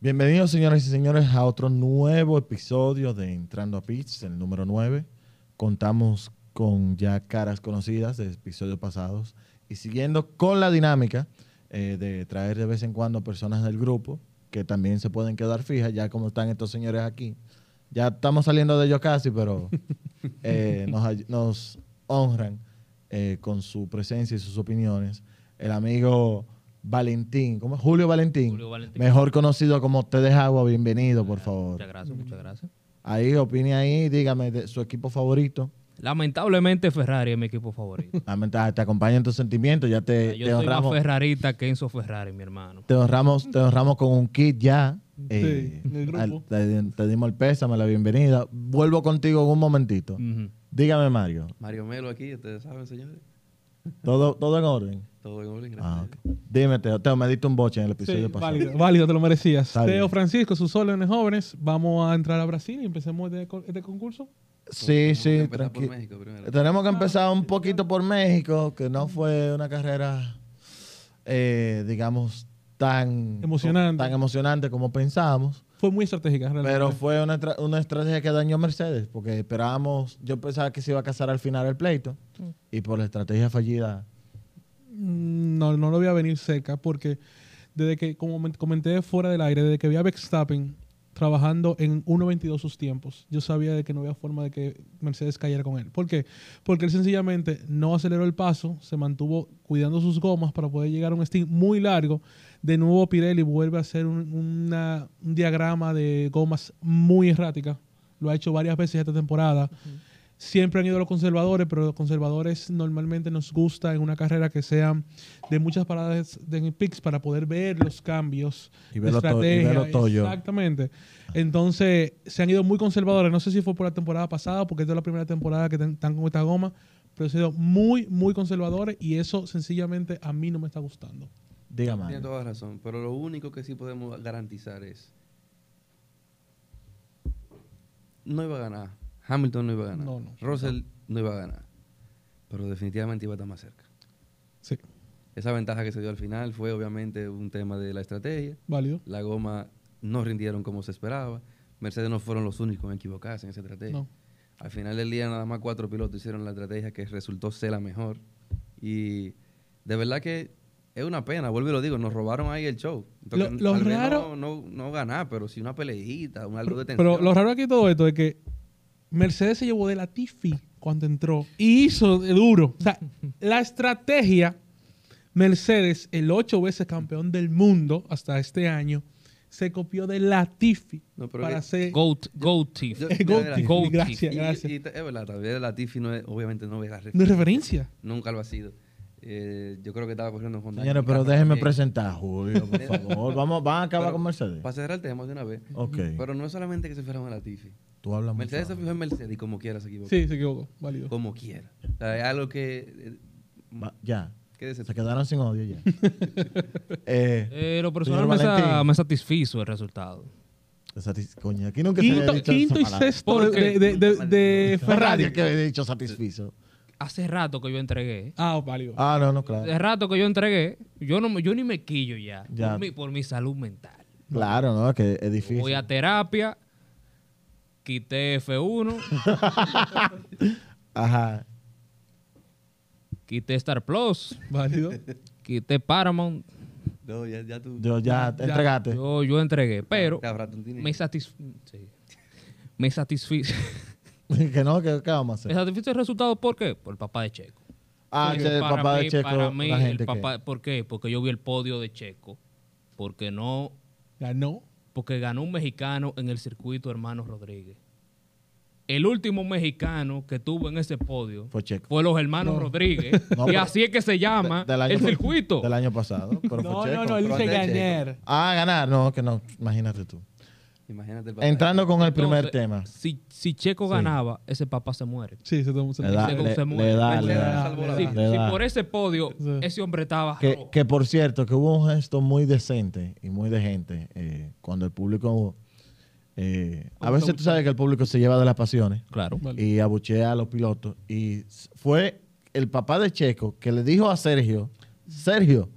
Bienvenidos, señoras y señores, a otro nuevo episodio de Entrando a Pitch, el número 9. Contamos con ya caras conocidas de episodios pasados y siguiendo con la dinámica eh, de traer de vez en cuando personas del grupo que también se pueden quedar fijas, ya como están estos señores aquí. Ya estamos saliendo de ellos casi, pero eh, nos, ay- nos honran eh, con su presencia y sus opiniones. El amigo Valentín, ¿cómo es? Julio Valentín. Julio Valentín. Mejor conocido como Te de Agua, bienvenido, por favor. Muchas gracias, muchas gracias. Ahí, opine ahí, dígame de su equipo favorito. Lamentablemente Ferrari es mi equipo favorito. Lamenta- Te acompaña en tus sentimientos, ya te, Ah, Yo te soy más honramos, ferrarista que Enzo Ferrari, mi hermano. te, honramos, te honramos con un kit ya. eh, Sí, en el grupo. al- te, te dimos el pésame, la bienvenida. Vuelvo contigo en un momentito. Ujú. Dígame, Mario, Mario Melo aquí, ustedes saben, señores. ¿todo, todo en orden? Todo en orden, gracias. Ah, ok. Dime, Teo, Teo, me diste un boche en el episodio Sí, pasado. válido, válido, te lo merecías. Está Teo bien. Francisco, sus órdenes jóvenes. Vamos a entrar a Brasil y empecemos este, co- este concurso. Sí, que sí, empezar por tranqui- México primero. Tenemos que empezar un poquito por México, que no fue una carrera, eh, digamos, tan Emocionante. tan emocionante como pensábamos. Fue muy estratégica, realmente. Pero fue una, estra- una estrategia que dañó a Mercedes, porque esperábamos, yo pensaba que se iba a casar al final el pleito, y por la estrategia fallida. Mm, No, no lo voy a venir cerca porque desde que, como men- comenté fuera del aire, desde que vi a Verstappen trabajando en 1.22 sus tiempos, yo sabía de que no había forma de que Mercedes cayera con él. ¿Por qué? Porque él sencillamente no aceleró el paso, se mantuvo cuidando sus gomas para poder llegar a un stint muy largo. De nuevo Pirelli vuelve a hacer un, una- un diagrama de gomas muy errática. Lo ha hecho varias veces esta temporada siempre han ido los conservadores, pero los conservadores normalmente nos gusta en una carrera que sean de muchas paradas de picks para poder ver los cambios Y de ver los to- y ver estrategia. los tollos. Exactamente. Entonces, se han ido muy conservadores. No sé si fue por la temporada pasada, porque esta es la primera temporada que ten- están con esta goma, pero se han ido muy, muy conservadores y eso sencillamente a mí no me está gustando. Dígame. Tiene Mario. toda razón, pero lo único que sí podemos garantizar es no iba a ganar. Hamilton no iba a ganar. No, no. Russell no. iba a ganar. Pero definitivamente iba a estar más cerca. Sí, Esa ventaja que se dio al final fue obviamente un tema de la estrategia. válido. La goma no rindieron como se esperaba. Mercedes no fueron los únicos en equivocarse en esa estrategia. No. Al final del día nada más cuatro pilotos hicieron la estrategia que resultó ser la mejor. Y de verdad que es una pena, vuelvo y lo digo, nos robaron ahí el show. Entonces, Lo- lo tal vez raro- No, no, no ganar, pero sí una peleita, un algo de tensión. Pero lo raro aquí de todo esto es que Mercedes se llevó de la Tifi cuando entró y hizo de duro. O sea, la estrategia, Mercedes, el ocho veces campeón del mundo hasta este año, se copió de la Tifi No, pero para que- hacer... Goat, Goat Thief. Yo- Goat Goat Tifi. Goat Y- Gracias, y- gracias. y te- es verdad, todavía la Tiffy no es- obviamente no ve la No hay referencia. Nunca lo ha sido. Eh, yo creo que estaba corriendo con Señores, pero déjenme presentar a Julio, por favor. Vamos, van a acabar Pero- con Mercedes. Para cerrar el tema de una vez. Ok. Pero no es solamente que se fueron a la Tiffy. Tú hablas mucho. Mercedes se fijó en Mercedes y como quiera se equivocó. Sí, se equivocó. Válido. Como quiera. O sea, es algo que. eh, Va- ya. ¿Qué dices? Se quedaron sin odio ya. eh, Pero Señor personal me, sa- Valentín. me satisfizo el resultado. satis- coño, aquí nunca se Quinto, había dicho quinto esa y palabra. sexto ¿Por de, qué? de- de- Ferrari de Ferrari. que había dicho satisfizo. Hace rato que yo entregué. Ah, válido. Ah, no, no, claro. Hace rato que yo entregué. Yo no, me- yo ni me quillo ya. Ya. Por, mi, por mi salud mental. Claro, no, que es difícil. Voy a terapia. Quité F1. Ajá. quité Star Plus. Válido. Quité Paramount. No, ya, ya tú. Yo ya, te entregaste. Yo, yo entregué. Pero Te ahorraste un dinero. me satisfizo. Me satisfizo. que no, que, ¿qué vamos a hacer? Me satisfizo el resultado, ¿por qué? Por el papá de Checo. Ah, Porque che, el para papá mí- de Checo. Para mí, la gente el papá, que... ¿por qué? Porque yo vi el podio de Checo. Porque no, Ganó. porque ganó un mexicano en el circuito Hermano Rodríguez. El último mexicano que tuvo en ese podio Fue Checo. fue los hermanos Rodríguez. No, y pero- así es que se llama de- del año- el circuito. Del año pasado. Pero No, fue Checo. no, no, él pero dice antes de Checo. ganar. Ah, ganar. No, que no. Imagínate tú. Imagínate el papá. Entrando con el primer Entonces, tema. Si, si Checo ganaba, ese papá se muere. Sí, se tomó. se Le tomó. da, se le, muere. le da, Le le da, da. salvo la- Si, le si da. por ese podio, Sí. ese hombre estaba Que, rojo. que, por cierto, que hubo un gesto muy decente y muy de gente eh, cuando el público... eh, a veces tú sabes que el público se lleva de las pasiones. Claro. Vale. y abuchea a los pilotos. Y s- fue el papá de Checo que le dijo a Sergio, Sergio,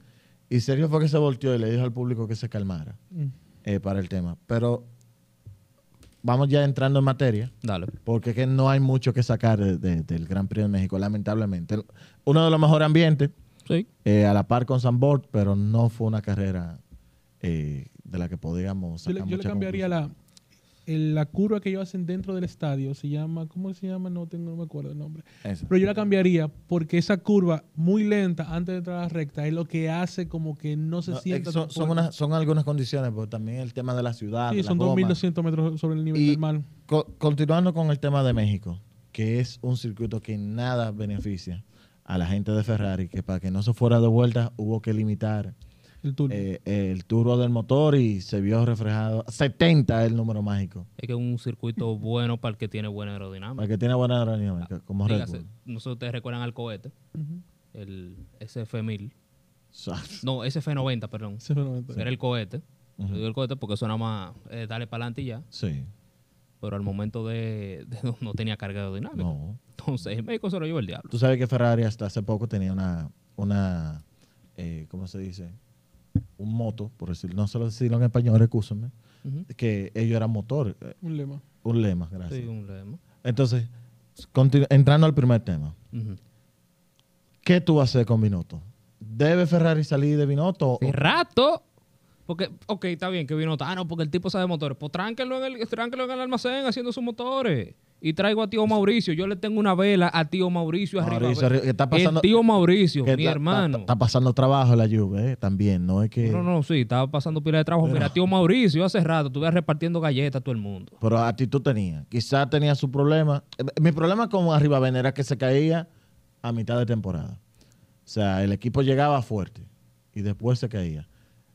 y Sergio fue que se volteó y le dijo al público que se calmara Mm. eh, para el tema. Pero vamos ya entrando en materia, Dale. porque es que no hay mucho que sacar de- de- del Gran Premio de México, lamentablemente. Uno de los mejores ambientes, Sí. eh, a la par con San Bort, pero no fue una carrera eh, de la que podíamos Yo sacar le, yo le mucha cambiaría la, el- la curva que ellos hacen dentro del estadio. Se llama, ¿cómo se llama? No tengo, no me acuerdo el nombre. conclusión. Esa. Pero yo la cambiaría porque esa curva muy lenta antes de entrar a la recta es lo que hace como que no se No, es que sienta. son, tan son fuerte. unas- son algunas condiciones, pero también el tema de la ciudad. Sí, de la son goma. 2.200 metros sobre el nivel Y- del mar. Co- continuando con el tema de México, que es un circuito que en nada beneficia a la gente de Ferrari, que para que no se fuera de vuelta hubo que limitar El turno. eh, el turbo del motor y se vio reflejado. 70 es el número mágico, Es que es un circuito bueno para el que tiene buena aerodinámica. para que tiene buena aerodinámica, como Red Dígase, Bull. no sé si ustedes recuerdan al cohete, Ujú. el SF-1000. O sea, No, SF-90, perdón. Ese fue el momento. Era el cohete. Ujú. Yo digo el cohete porque suena más, eh, dale para adelante y ya. sí, Pero al momento de, de- no, no tenía carga aerodinámica. no. Entonces, en México se lo llevó el diablo. Tú sabes que Ferrari hasta hace poco tenía una, una eh, ¿cómo se dice? Un moto, por decirlo, no se lo decirlo en español, escúchame, Ujú. que ellos eran motor, eh, Un lema. un lema, gracias. Sí, un lema. Entonces, continu- entrando al primer tema, Ujú. ¿qué tú vas a hacer con Binotto? ¿Debe Ferrari salir de Binotto? o- rato. Porque, ok, está bien que vino. Ah, no, porque el tipo sabe de motores. Pues tránquelo en el, tránquelo en el almacén haciendo sus motores. Y traigo a tío Mauricio. Yo le tengo una vela a tío Mauricio arriba. Mauricio, arriba, que está el pasando- tío Mauricio, que mi ta- ta- hermano. Está pasando trabajo la lluvia, eh, también, no es que... No, no, sí, estaba pasando pila de trabajo. Mira, tío Mauricio, hace rato estuve repartiendo galletas a todo el mundo. Pero actitud tenía. Quizás tenía su problema. Eh, Mi problema con Arriba era que se caía a mitad de temporada. O sea, el equipo llegaba fuerte y después se caía.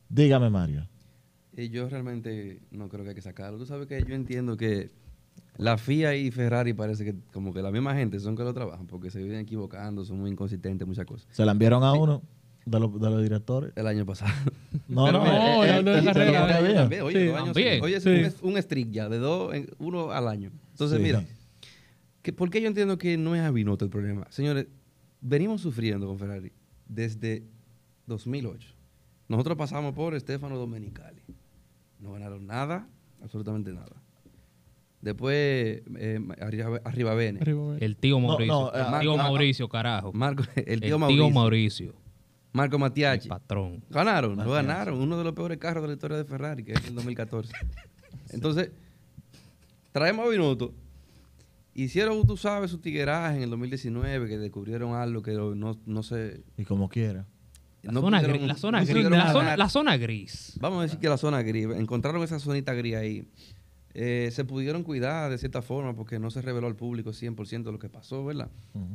Dígame, Mario. Y yo realmente no creo que hay que sacarlo. Tú sabes que yo entiendo que la FIA y Ferrari parece que como que la misma gente son que lo trabajan porque se viven equivocando, son muy inconsistentes, muchas cosas. Se la enviaron a uno de los, de los directores. El año pasado. No, Pero no, mira, no, eh, no, eh, no es eh, carrera, eh, También, eh, también, Oye, Sí, dos años también. seguidos. Oye, es Sí. un est- un, streak ya de dos, en- uno al año. Entonces, Sí. mira, que, ¿por qué yo entiendo que no es Binotto el problema? Señores, venimos sufriendo con Ferrari desde 2008. Nosotros pasamos por Stefano Domenicali. No ganaron nada, absolutamente nada. Después, eh, arriba, arriba Bene. Arriba, ve. El tío no, Mauricio. eh, el tío Marco- Mauricio, carajo. Marco, el tío Tío Mauricio. Mauricio Marco el Matiachi. patrón. Ganaron, lo ganaron. Uno de los peores carros de la historia de Ferrari, que es el 2014. Entonces, traemos a Binotto. Hicieron, tú sabes, su tigueraje en el 2019, que descubrieron algo que no, no se... Y como quiera. La, no zona, gris, pudieron- la zona no gris. pudieron La zona, ganar. la zona gris. Vamos a decir que la zona gris. Encontraron esa zonita gris ahí. Eh, se pudieron cuidar de cierta forma porque no se reveló al público 100% lo que pasó, ¿verdad? Ujú.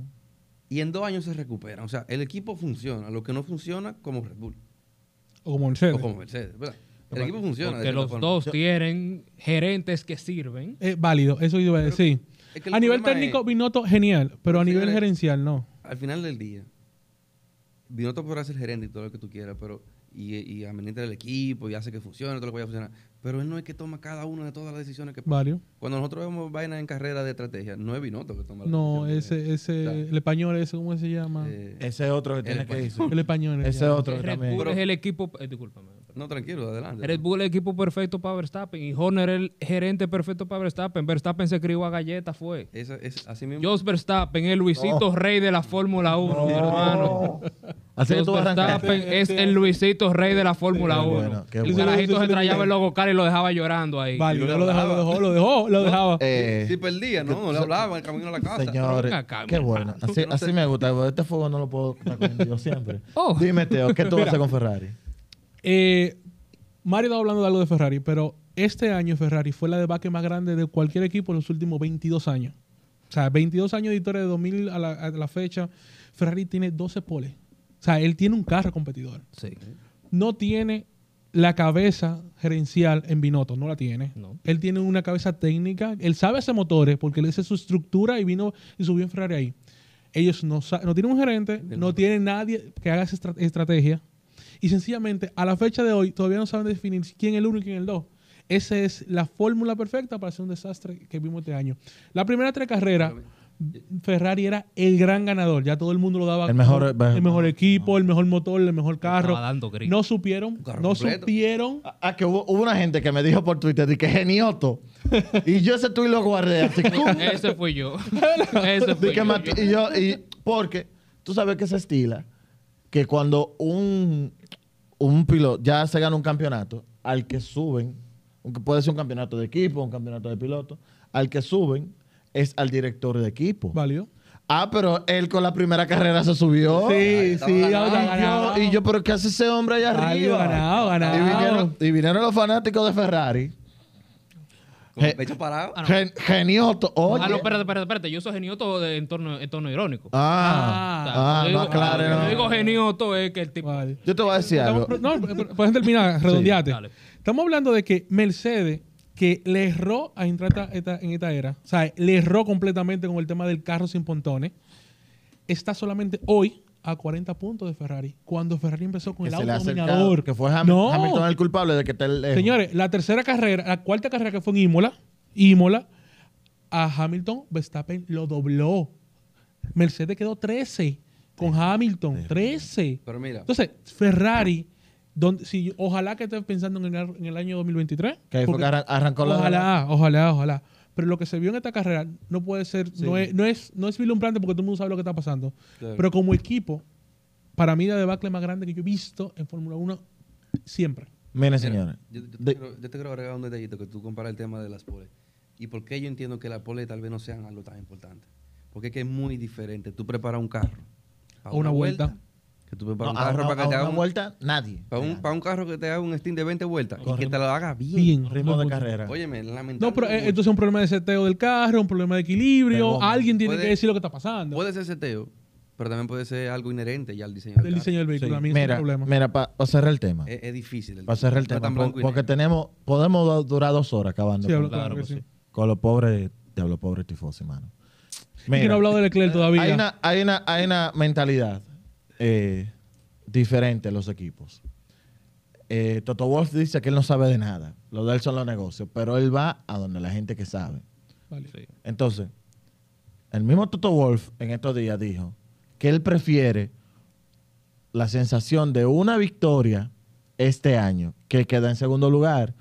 Y en dos años se recuperan. O sea, el equipo funciona. Lo que no funciona, como Red Bull O como el Mercedes. o como Mercedes, ¿verdad? El equipo funciona. de Porque cierta los forma. dos tienen gerentes que sirven. Eh, válido, eso yo iba a decir. es que el a nivel problema técnico, es- Binotto, genial. Pero a Sí, nivel es- gerencial, no. al final del día, Binotto podrá ser gerente y todo lo que tú quieras, pero y, y administra el equipo y hace que funcione, todo lo que vaya a funcionar. Pero él no es que toma cada una de todas las decisiones que Válido. Cuando nosotros vemos vainas en carrera de estrategia, no es Binotto que toma las No, decisiones. ese, ese, Claro. el español, ese, ¿cómo se llama? Eh, Ese es otro que tiene que irse. el español. Ese es ya. otro que Red también. Bull es el equipo. eh, discúlpame. no, tranquilo, adelante. Red Bull es el equipo perfecto para Verstappen y Horner el gerente perfecto para Verstappen. Verstappen se crió a galleta, fue. Esa- es así mismo. Jos Verstappen es Luisito Rey de la Fórmula 1, mi hermano. Así que Jos tú vas a arrancar. Verstappen es el Luisito Rey de la Fórmula Qué 1. bueno, qué el bueno. carajito Eso se es trayaba genial. el logo car y lo dejaba llorando ahí. Y Válido, lo lo dejaba, lo dejó, lo dejó, lo dejaba. Eh, si perdía, no, le hablaba en el camino a la casa. Señores, Pero ven Ah, acá, qué mi bueno. hermano. Así, así me gusta. porque Este fuego no lo puedo estar comiendo yo siempre. Oh. Dime, Teo, ¿qué tú vas a hacer con Ferrari? Eh, Mario estaba hablando de algo de Ferrari, pero este año Ferrari fue la debacle más grande de cualquier equipo en los últimos 22 años. O sea, 22 años de historia de 2000 a la, a la fecha. Ferrari tiene 12 poles. O sea, él tiene un carro competidor. Sí. No tiene la cabeza gerencial en Binotto, no la tiene. No. Él tiene una cabeza técnica. Él sabe hacer motores porque él hace su estructura y vino y subió en Ferrari ahí. Ellos no, sa- no tienen un gerente, no tienen nadie que haga esa estra- estrategia. Y sencillamente, a la fecha de hoy, todavía no saben definir quién es el uno y quién es el dos. Esa es la fórmula perfecta para hacer un desastre que vimos este año. La primera tres carreras, Ferrari era el gran ganador. Ya todo el mundo lo daba. El mejor- eh, como el mejor equipo, el mejor motor, el mejor carro. Estaba dando grito. No supieron, Un carro no completo. supieron. Ah, que hubo, hubo una gente que me dijo por Twitter de que genioto. y yo ese tuit lo guardé así. cum. Ese fui yo. Ese Di fui que yo. Ah, Mati- y yo, y- porque tú sabes que se estila que cuando un, un piloto ya se gana un campeonato, al que suben, aunque puede ser un campeonato de equipo, un campeonato de piloto, al que suben es al director de equipo. Válido. Ah, pero él con la primera carrera se Oh, subió. sí, estaba sí, ganado. ahora Y yo, ganado. y yo, pero ¿qué hace ese hombre allá Válido, arriba? ganado, Y ganado. vinieron, y vinieron los fanáticos de Ferrari. Como Eh, pecho parado. Ah, no. Gen- genioto. Oye. Ah, no, espérate, espérate, espérate. Yo soy genioto de, en, torno, en torno irónico. Ah, ah, Yo no digo- aclare, Yo no. digo genioto es que el tipo... Válido. Yo te voy a decir algo. Estamos- no, pero- pero puedes terminar, redondeate. dale. Estamos hablando de que Mercedes, que le erró a entrar esta- esta- en esta era, o sea, le erró completamente con el tema del carro sin pontones, está solamente hoy a 40 puntos de Ferrari, cuando Ferrari empezó con Que el se auto le ha acercado, dominador. Que fue Ham- No. Hamilton el culpable de que esté lejos. Señores, la tercera carrera, la cuarta carrera que fue en Imola, Imola, a Hamilton, Verstappen lo dobló. Mercedes quedó 13 con Hamilton, 13. Pero mira, Entonces, Ferrari, donde, si, ojalá que estés pensando en el, ar- en el año 2023. Que ahí fue porque- que arran- arrancó la. ojalá, ojalá, ojalá. Pero lo que se vio en esta carrera no puede ser, no, es, no, es, no es vislumbrante porque todo el mundo sabe lo que está pasando. Claro. Pero como equipo, para mí la debacle más grande que yo he visto en Fórmula 1 siempre. Mire, Mira, señores. Yo, yo te de- quiero, yo te quiero agregar un detallito que tú comparas el tema de las poles. Y por qué yo entiendo que las poles tal vez no sean algo tan importante. Porque es que es muy diferente. Tú preparas un carro. A una vuelta. Que tú preparas no, un a carro una, para a que te una haga un, vuelta, nadie. para un, para un carro que te haga un steam de 20 vueltas. Y que Correcto. te lo haga bien. Bien. Ritmo de carrera. Óyeme, lamentable. No, pero eh, entonces es un problema de seteo del carro, un problema De de equilibrio. goma. Alguien tiene Puede- que decir lo que está pasando. Puede ser seteo, pero también puede ser algo inherente ya al diseño del Del carro. diseño del vehículo. Sí. A mí ese es Mira, un problema. mira para cerrar el tema. Es, es difícil. para cerrar el no es tema. tan po- blanco y Porque negro. tenemos, podemos du- durar dos horas acabando Sí, hablo- con, claro que que sí. sí. con los pobres, diablo pobre tifosi, mano. Y que no he hablado de Leclerc todavía. Hay una, hay una, hay una mentalidad eh, diferente en los equipos. Eh, Toto Wolf dice que él no sabe de nada. Lo de él son los negocios, pero él va a donde la gente que sabe. Vale. Sí. Entonces, el mismo Toto Wolf en estos días dijo que él prefiere la sensación de una victoria este año, que queda en segundo lugar.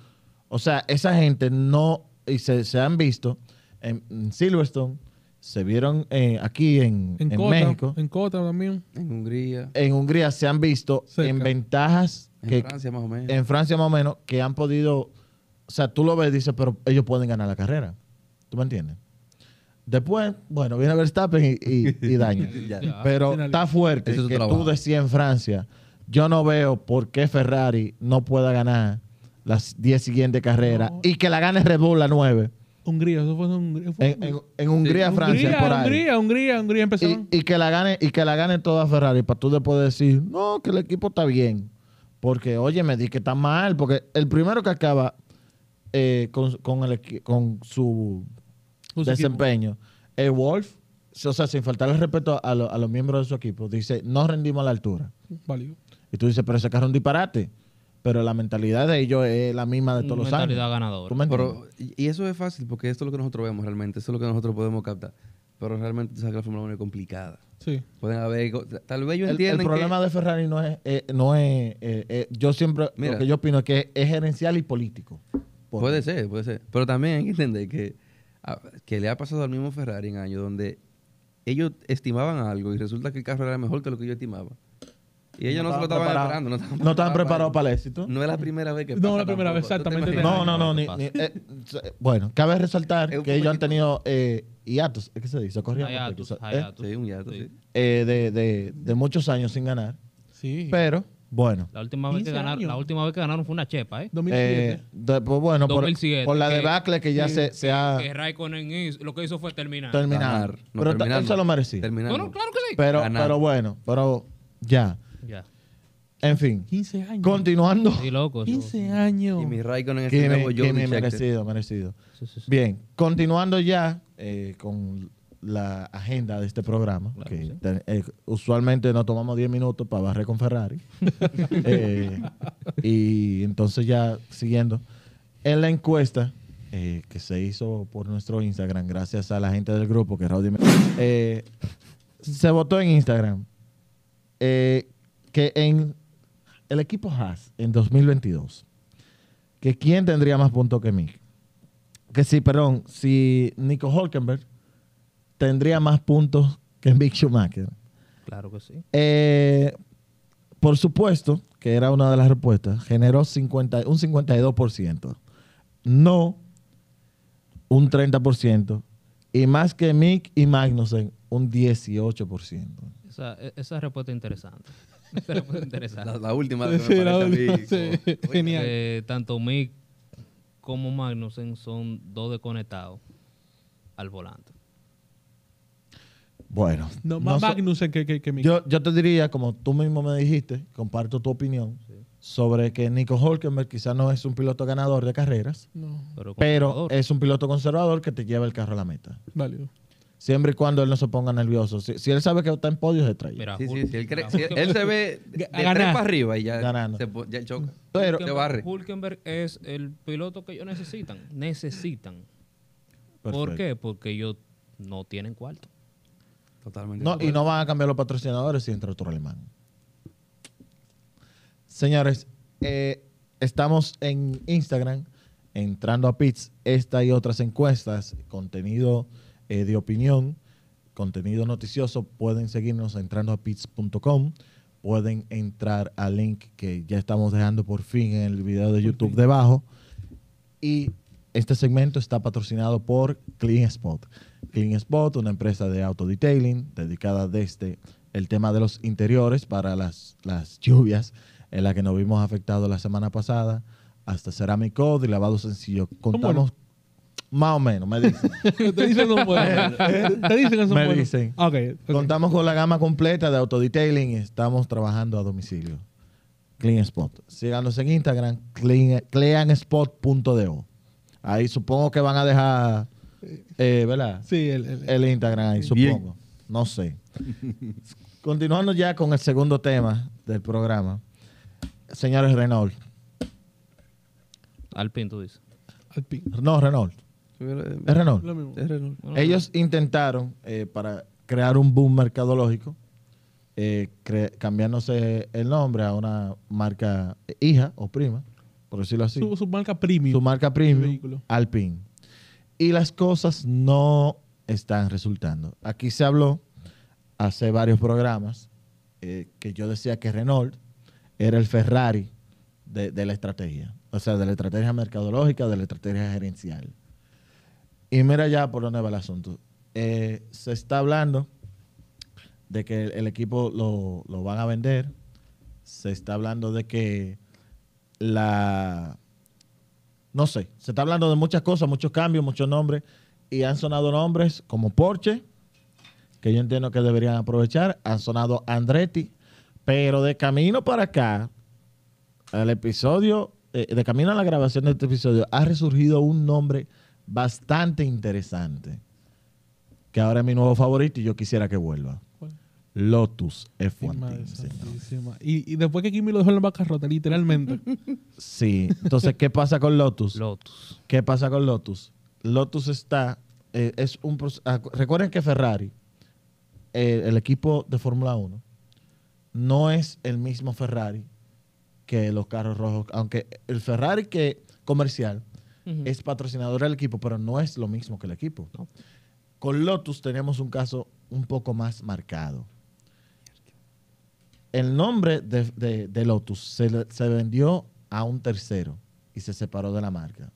O sea, esa gente no, y se, se han visto en, en Silverstone, se vieron eh, aquí en, En, en Cota, México, en, en Cota también. En Hungría, Hungría se han visto Cerca. en ventajas en que Francia más o menos. en Francia más o menos, que han podido, o sea, tú lo ves y dices, pero ellos pueden ganar la carrera. ¿Tú me entiendes? Después, bueno, viene Verstappen y, y, y daña. Ya. pero Finaliza. está fuerte Ese es su que tú trabajo. decías en Francia, yo no veo por qué Ferrari no pueda ganar las 10 siguientes carreras No. y que la gane Red Bull la 9 Hungría, eso fue en Hungría. fue en, en- en Hungría, Hungría, Francia, por ahí. Hungría, Hungría, Hungría empezaron. Y, y que la gane y que la gane toda Ferrari para tú después decir no que el equipo está bien porque oye me di que está mal porque el primero que acaba eh, con, con el equi- con su Con su desempeño el Wolf o sea sin faltar el respeto a, lo- a los miembros de su equipo dice no rendimos a la altura Válido. y tú dices pero ese carro es un disparate pero la mentalidad de ellos es la misma de todos los años Mentalidad ¿Tú ganadora. me entiendes? Pero, y y eso es fácil porque esto es lo que nosotros vemos realmente, esto es lo que nosotros podemos captar. Pero realmente tú sabes que la Fórmula 1 es complicada. Sí. Pueden haber. go- Tal vez yo El- entiendo. El, problema de Ferrari no es, eh, no es eh, eh, yo siempre lo Mira. que yo opino es que es gerencial y político. Por- Puede ser, puede ser. Pero también hay que entender que, a- que le ha pasado al mismo Ferrari en años donde ellos estimaban algo y resulta que el carro era mejor que lo que yo estimaba. Y ellos no, se lo estaban preparados. esperando. No estaban, No estaban preparados para el éxito. eso. No es la primera vez que No, pasa la primera vez, tampoco. ¿Tú te exactamente. imaginas? No, no, no. ni- Pasa. ni- eh, eh, bueno, cabe resaltar Es un que ellos han poquito- tenido eh, hiatos, ¿qué se dice? Corríamos, Hiatus, porque, ¿eh? hiatus. Sí, un hiato, sí. Eh, de, de- de muchos años sin ganar. Sí. Pero, bueno. La última, vez que 15 ganaron, años. la última vez que ganaron fue una chepa, ¿eh? 2007. eh, de- pues, bueno, por, 2007, por la que- debacle que ya se, se ha Que Raikkonen hizo- lo que hizo fue terminar. terminado. Ganar. No, pero ta- terminar él no. se lo merecía. Terminar no, no, no. claro que sí. Pero, Ganar. pero bueno, pero ya. ya. En fin. 15 años. Continuando. Sí, loco. eso- 15 años. Y mi Raikkonen es el Kimi, nuevo Jody Kimi, Scheckter. merecido, merecido. Sí, sí, sí. Bien, continuando ya eh, con la agenda de este programa, Claro, que sí. te- eh, usualmente nos tomamos 10 minutos para barrer con Ferrari. Eh, y entonces ya siguiendo, en la encuesta eh, que se hizo por nuestro Instagram, gracias a la gente del grupo que Rowdy me- eh, se votó en Instagram eh, que en el equipo Haas en 2022, que quién tendría más puntos que Mick. Que si, perdón, si Nico Hulkenberg tendría más puntos que Mick Schumacher. Claro que sí. Eh, por supuesto, que era una de las respuestas, generó 50, un 52%. No, un 30%. Y más que Mick y Magnussen, un 18%. Esa, e- esa respuesta es interesante. Esa respuesta es La, interesante. la última que me Sí, la parece a mí, última, sí. como- oye, Genial. Eh, tanto Mick como Magnussen son dos desconectados al volante. Bueno, No, no más so- Magnussen que, que, que Mick. yo, yo te diría, como tú mismo me dijiste, comparto tu opinión sobre que Nico Hulkenberg quizás no es un piloto ganador de carreras, No, pero Pero, eh, conservador. es un piloto conservador que te lleva el carro a la meta. válido. Siempre y cuando él no se ponga nervioso. Si, si él sabe que está en podio, se trae. Mira, Sí, sí, Hulk- sí, Él, cree- mira, si él- él se ve de de Ga- tres ganar. para arriba y ya, Ganando. se po- ya él choca. Pero, te barre. Hulkenberg es el piloto que ellos necesitan. Necesitan. ¿Por Perfecto. qué? Porque ellos no tienen cuarto. Totalmente. No, de y acuerdo. no van a cambiar los patrocinadores si entra otro alemán. Señores, eh, estamos en Instagram, entrando a Pits, esta y otras encuestas, contenido eh, de opinión, contenido noticioso. Pueden seguirnos entrando a pits.com. Pueden entrar al link que ya estamos dejando por fin en el video de YouTube debajo. Y este segmento está patrocinado por Clean Spot. Clean Spot, una empresa de autodetailing dedicada desde el tema de los interiores para las, las lluvias en la que nos vimos afectados la semana pasada, hasta Ceramic Code y lavado sencillo. Contamos más o menos, me dicen. te dicen que son buenos. Te dicen que son Me buenos. dicen. Ah, ok, ok. Contamos con la gama completa de autodetailing y estamos trabajando a domicilio. Clean Spot. Síganos en Instagram, clean- cleanspot.do. Ahí supongo que van a dejar, eh, ¿verdad? Sí, el, el- El Instagram ahí, Bien. supongo. No sé. Continuando ya con el segundo tema del programa. Señores Renault. Alpine, tú dices. Alpine. No, Renault. eh, Es Renault. Lo mismo. Es Renault. Bueno, Ellos intentaron, eh, para crear un boom mercadológico, eh, cre- cambiándose el nombre a una marca eh, hija o prima, por decirlo así. Su, Su, su marca premium. marca premium, vehículo. Alpine. Y las cosas no están resultando. Aquí se habló hace varios programas eh, que yo decía que Renault era el Ferrari de, de la estrategia. O sea, de la estrategia mercadológica, de la estrategia gerencial. Y mira ya por dónde va el asunto. Eh, se está hablando de que el, el equipo lo, lo van a vender. Se está hablando de que la... No sé, se está hablando de muchas cosas, muchos cambios, muchos nombres. Y han sonado nombres como Porsche, que yo entiendo que deberían aprovechar. Han sonado Andretti, pero de camino para acá, al episodio, eh, de camino a la grabación de este episodio, ha resurgido un nombre bastante interesante, que ahora es mi nuevo favorito y yo quisiera que vuelva. ¿Cuál? Lotus Sí, F1 madre Team, señor. santísima. Y, y después que Kimi lo dejó en la bancarrota, literalmente. Sí, entonces, ¿qué pasa con Lotus? Lotus. ¿Qué pasa con Lotus? Lotus está, eh, es un proce- acu- recuerden que Ferrari, eh, el equipo de Fórmula 1, no es el mismo Ferrari que los carros rojos, aunque el Ferrari que comercial Ujú. es patrocinador del equipo, pero no es lo mismo que el equipo. No. Con Lotus tenemos un caso un poco más marcado. El nombre de, de- de Lotus se, le- se vendió a un tercero y se separó de la marca.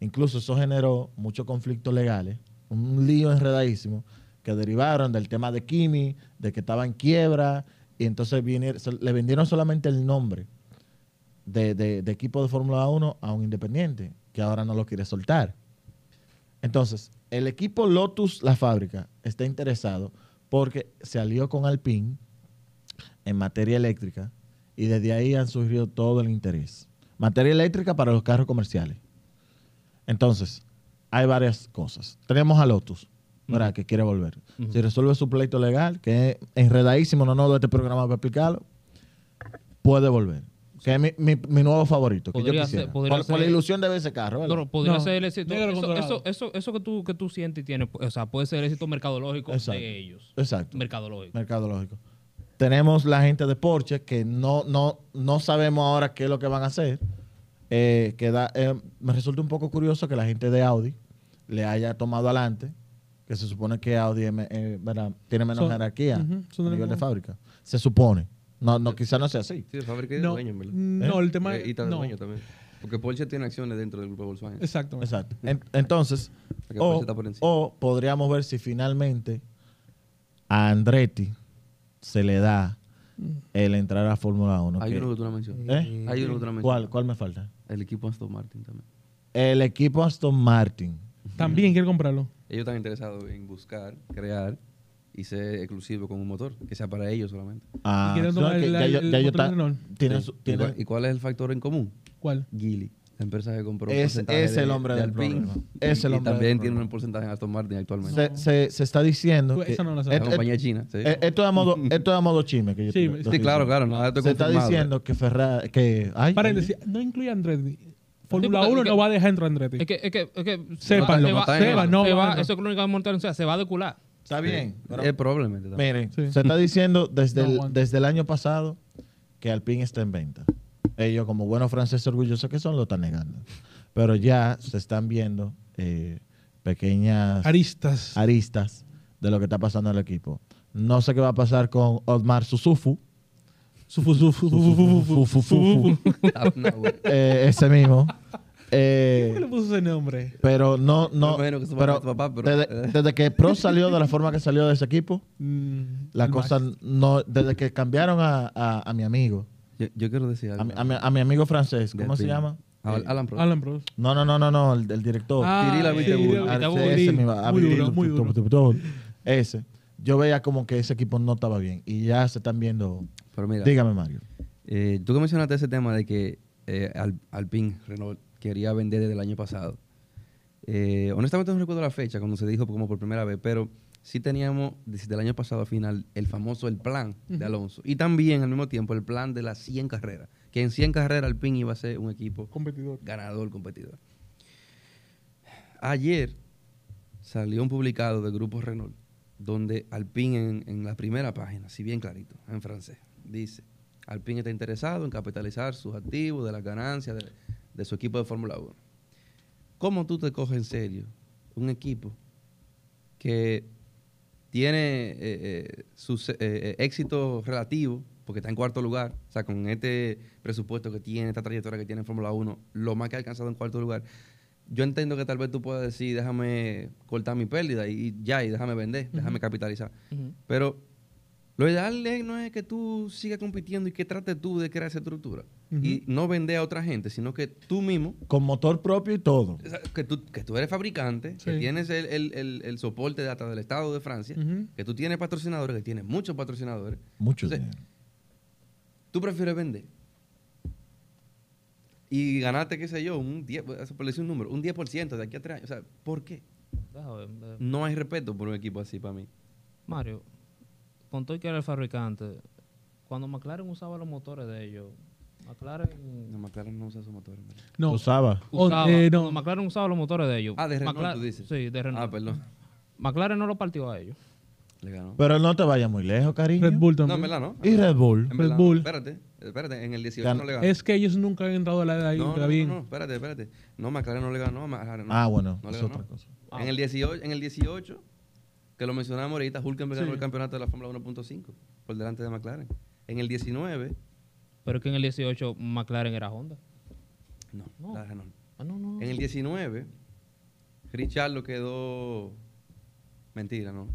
Incluso eso generó muchos conflictos legales, un lío enredadísimo que derivaron del tema de Kimi, de que estaba en quiebra, y entonces vinieron- se- le vendieron solamente el nombre de, de- de equipo de Fórmula 1 a un independiente, que ahora no lo quiere soltar. Entonces, el equipo Lotus, la fábrica, está interesado porque se alió con Alpine en materia eléctrica y desde ahí han surgido todo el interés. Materia eléctrica para los carros comerciales. Entonces, hay varias cosas. Tenemos a Lotus, ¿verdad? Que quiere volver. Si resuelve su pleito legal, que es enredadísimo, no, no, de este programa para explicarlo, puede volver. Que es mi, mi- mi nuevo favorito. Que yo Podría quisiera. ser- por, podría por la ser- ilusión de ver ese carro, ¿verdad? Pero podría No, ser el éxito. negro Eso, controlado. eso, eso, eso que, tú, que tú sientes y tienes, o sea, puede ser el éxito mercadológico Exacto. de ellos. Exacto. Mercadológico. Mercadológico. Tenemos la gente de Porsche que no, no, no sabemos ahora qué es lo que van a hacer. Eh, que da- eh, me resulta un poco curioso que la gente de Audi le haya tomado adelante, que se supone que Audi es me- eh, ¿verdad? tiene menos Son- jerarquía Ujú, son a de nivel de mismo- fábrica. Se supone. No, no, quizás no sea así. Sí, de fábrica y de No, mm, dueño, en verdad. Eh, no, el tema Y- y tal no. dueño también. Porque Porsche tiene acciones dentro del grupo Volkswagen. Exactamente. Exacto. En- entonces, Porque Porsche o, está por encima. o podríamos ver si finalmente a Andretti se le da Mm. el entrar a Fórmula 1. Hay que- uno que tú no mencionas. ¿Eh? Mm, Hay uno que tú no mencionas. ¿Cuál, ¿Cuál me falta? El equipo Aston Martin también. El equipo Aston Martin. También quiere comprarlo. Ellos están interesados en buscar, crear y ser exclusivo con un motor, que sea para ellos solamente. Ah, quieren no, tomar que el- ya- el- ya el yo motor ta- de Renault. tiene Sí. su- ¿Y, tiene- cuál, y cuál es el factor en común? ¿cuál? Gili, la empresa que compró. un Es- porcentaje es el hombre del Alpine. problema. Es Y- el y hombre también del tiene problema. un porcentaje en Aston Martin actualmente. se, se- se está diciendo. Tú, que- Pues, esa no la et- la sabes. et- compañía china. Sí, et- esto es a modo, esto es a modo chisme que yo Sí, te- sí, lo Sí, estoy claro, diciendo. claro. Nada estoy Se está confirmado. ¿eh? diciendo que Ferrari. Que, ay, Paréntesis, no incluye a Andretti. Fórmula porque- 1 es que- no va a dejar entrar a Andretti. Es que, es que, es que Sepan, se lo va- matan, se va- lo matan. No, se va- van a- eso es lo único que vamos a- o sea, se va a decular. está bien. pero- Es Eh, probablemente. también. miren, Sí. se está diciendo desde, No el, aguanto. desde el año pasado que Alpine está en venta. Ellos, como buenos franceses orgullosos que son, lo están negando. Pero ya se están viendo eh, pequeñas Aristas. Ah, aristas de lo que está pasando en el equipo. No sé qué va a pasar con Otmar Susufu, Sufu, sufu, sufu, sufu, sufu, sufu, sufu. Ah, no, güey. eh, ese mismo. ¿Por qué le Eh, puso ese nombre? pero no, no. Me imagino que su pero papá es tu papá, pero- eh. desde, desde que Pro salió de la forma que salió de ese equipo, Mm, la el cosa Max. no. Desde que cambiaron a, a- a mi amigo, Yo, yo quiero decir algo. a, mi- a mi- a mi amigo francés, de ¿cómo se Alpine. llama? Ah, Eh, Alan Prost. Alan Prost. no, no, no, no, no, el, el director. Eh, Tiril Ah, Abitabulo. Tiril Arce, Abitabulo. Oh. ese me va- Muy Abdul- duro, muy duro. Ese. Yo veía como que ese equipo no estaba bien y ya se están viendo. Pero mira, Dígame, Mario. eh, tú que mencionaste ese tema de que eh, Al- Alpine Renault quería vender desde el año pasado. Eh, honestamente no recuerdo la fecha cuando se dijo como por primera vez, pero sí teníamos desde el año pasado al final el famoso el plan de Alonso y también al mismo tiempo el plan de las 100 carreras, que en 100 carreras Alpine iba a ser un equipo Competidor. ganador, competidor. Ayer salió un publicado de Grupo Renault donde Alpine en, en la primera página, si bien clarito, en francés, dice, Alpine está interesado en capitalizar sus activos de las ganancias de, de su equipo de Fórmula 1. ¿Cómo tú te coges en serio un equipo que tiene eh, eh, sus eh, eh, éxitos relativos, porque está en cuarto lugar, o sea, con este presupuesto que tiene, esta trayectoria que tiene en Fórmula 1, lo más que ha alcanzado en cuarto lugar. Yo entiendo que tal vez tú puedas decir, déjame cortar mi pérdida y, y ya, y déjame vender, déjame capitalizar. Pero lo ideal es- no es que tú sigas compitiendo y que trates tú de crear esa estructura y no vender a otra gente, sino que tú mismo Con motor propio y todo. o sea, que tú, que tú eres fabricante, que Sí. tienes el, el- el- el soporte de hasta del Estado de Francia, Ujú. que tú tienes patrocinadores, que tienes muchos patrocinadores. Mucho Entonces, dinero. Tú prefieres vender. Y ganaste, qué sé yo, un 10, por decir un número, un 10% de aquí a tres años. O sea, ¿por qué? Déjame, eh, No hay respeto por un equipo así para mí. Mario, con todo y que era el fabricante, cuando McLaren usaba los motores de ellos, No, McLaren McLaren no usa su motor. en verdad. No. Usaba. Oh, usaba, eh, no. no. McLaren usaba los motores de ellos. Ah, de Renault, McLaren- tú dices. Sí, de Renault. Ah, perdón. McLaren no lo partió a ellos. Le ganó. Pero no te vayas muy lejos, cariño. Red Bull No, en también. verdad no. Y Red Bull. En verdad, Red Bull. Espérate, espérate, en el 18 Gan- no le ganó. Es que ellos nunca han entrado a la edad ahí, No, no, David. no, no, espérate, espérate. No, McLaren no le ganó. a McLaren no. Ah, bueno, No le es ganó. otra cosa. En, el 18, en el 18, que lo mencionamos ahorita, Hulkenberg ganó el campeonato de la Fórmula 1.5 por delante de McLaren. En el 19, Pero es que en el 18 McLaren era Honda. no, No. la Renault. Ah, no, no. En el 19, Richard lo quedó. Mentira, ¿no?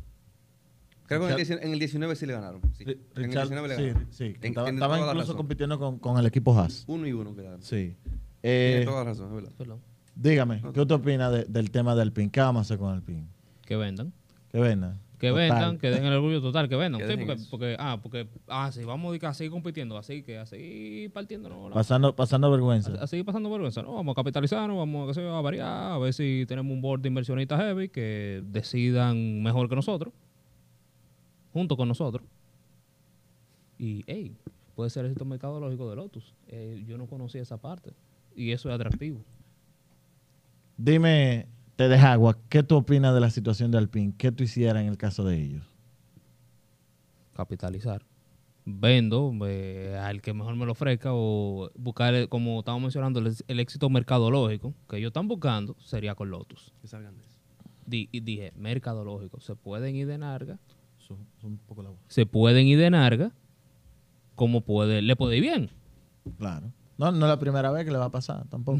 Creo que en el, 19, en el 19 sí le ganaron. Sí. Ri- en el Richard- 19 le sí, ganaron. sí, que En- estaba- tiene estaban toda la incluso razón. compitiendo con, con el equipo Haas. Uno y uno quedaron. Sí. Tiene Eh, toda la razón, es verdad. Perdón. dígame, ¿qué usted opina de- del tema del PIN? ¿Qué vamos a hacer con el PIN? Que vendan. Que vendan. Que Total. vendan, que den el orgullo total, que vendan. Que Sí, dejen porque, eso. porque, ah, porque, ah, sí, vamos a seguir compitiendo, así que, así partiendo, no, no. Pasando, pasando vergüenza. A- a seguir pasando vergüenza. No, vamos a capitalizarnos, vamos qué sé yo, a variar, a ver si tenemos un board de inversionistas heavy que decidan mejor que nosotros, junto con nosotros. Y, hey, puede ser el éxito mercadológico de Lotus. Eh, yo no conocía esa parte y eso es atractivo. Dime, te deja agua, ¿qué tú opinas de la situación de Alpine? ¿Qué tú hicieras en el caso de ellos? Capitalizar. Vendo eh, al que mejor me lo ofrezca o buscar, eh, como estábamos mencionando, el, el éxito mercadológico que ellos están buscando sería con Lotus. Que salgan de eso. Di- y dije, mercadológico, se pueden ir de narga un poco la voz. se pueden ir de narga como puede, le puede ir bien. Claro. No, no es la primera vez que le va a pasar tampoco.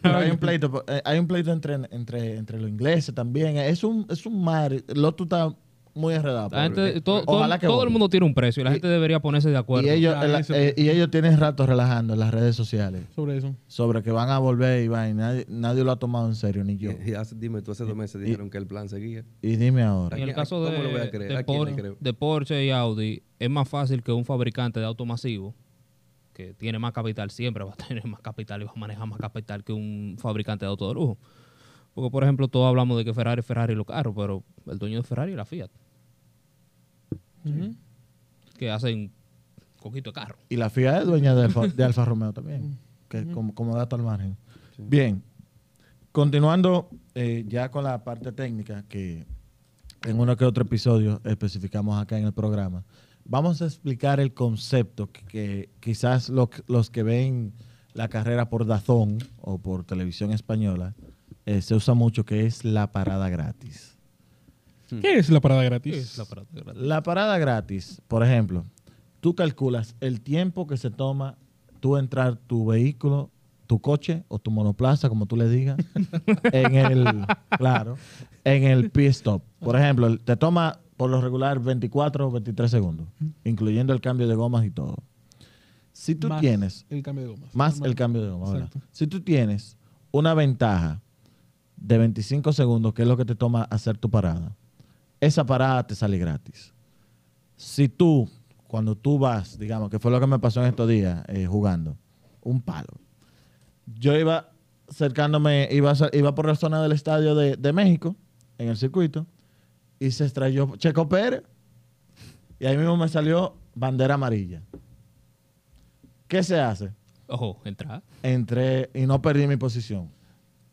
Pero hay un pleito, po- eh, hay un pleito entre, entre, entre los ingleses también. Es un, es un mar. Lotus está muy enredado. La pobre. gente- to- to- Ojalá que todo vote. el mundo tiene un precio y la gente debería ponerse de acuerdo. pues. Y ellos, Ah, el- eso. eh, y ellos tienen rato relajando en las redes sociales sobre eso. sobre que van a volver y van. y nadie, nadie lo ha tomado en serio, ni yo. Y- y hace- dime, tú hace dos meses dijeron que el plan seguía. Y dime ahora. en el ¿A- a- caso cómo lo voy de, a creer? de ¿A quién le Por- creo? de Porsche y Audi, es más fácil que un fabricante de auto masivo, que tiene más capital, siempre va a tener más capital y va a manejar más capital que un fabricante de auto de lujo. Porque, por ejemplo, todos hablamos de que Ferrari, Ferrari y los carros, pero el dueño de Ferrari es la Fiat, Ujú. que hacen coquito de carro. Y la FIA es dueña de Alfa, de Alfa Romeo también, que como, como dato al margen. Bien, continuando eh, ya con la parte técnica, que en uno que otro episodio especificamos acá en el programa, vamos a explicar el concepto que, que quizás lo- los que ven la carrera por Dazón o por televisión española eh, se usa mucho, que es la parada gratis. ¿Qué es la parada Sí, gratis? es la parada grande. La parada gratis, por ejemplo, tú calculas el tiempo que se toma tú entrar tu vehículo, tu coche o tu monoplaza, como tú le digas, en el, claro, en el pit stop. Por ejemplo, el- te toma por lo regular 24 o 23 segundos, incluyendo el cambio de gomas y todo. Si tú Más tienes El cambio de gomas. más el cambio de goma. ¿verdad? Exacto. Si tú tienes una ventaja de 25 segundos, que es lo que te toma hacer tu parada, esa parada te sale gratis. Si tú, cuando tú vas, digamos, que fue lo que me pasó en estos días eh, jugando, un palo. Yo iba cercándome, iba, a sa- iba por la zona del estadio de, de México, en el circuito, y se extrayó Checo Pérez, y ahí mismo me salió bandera amarilla. ¿Qué se hace? Ojo, entrada. entré y no perdí mi posición.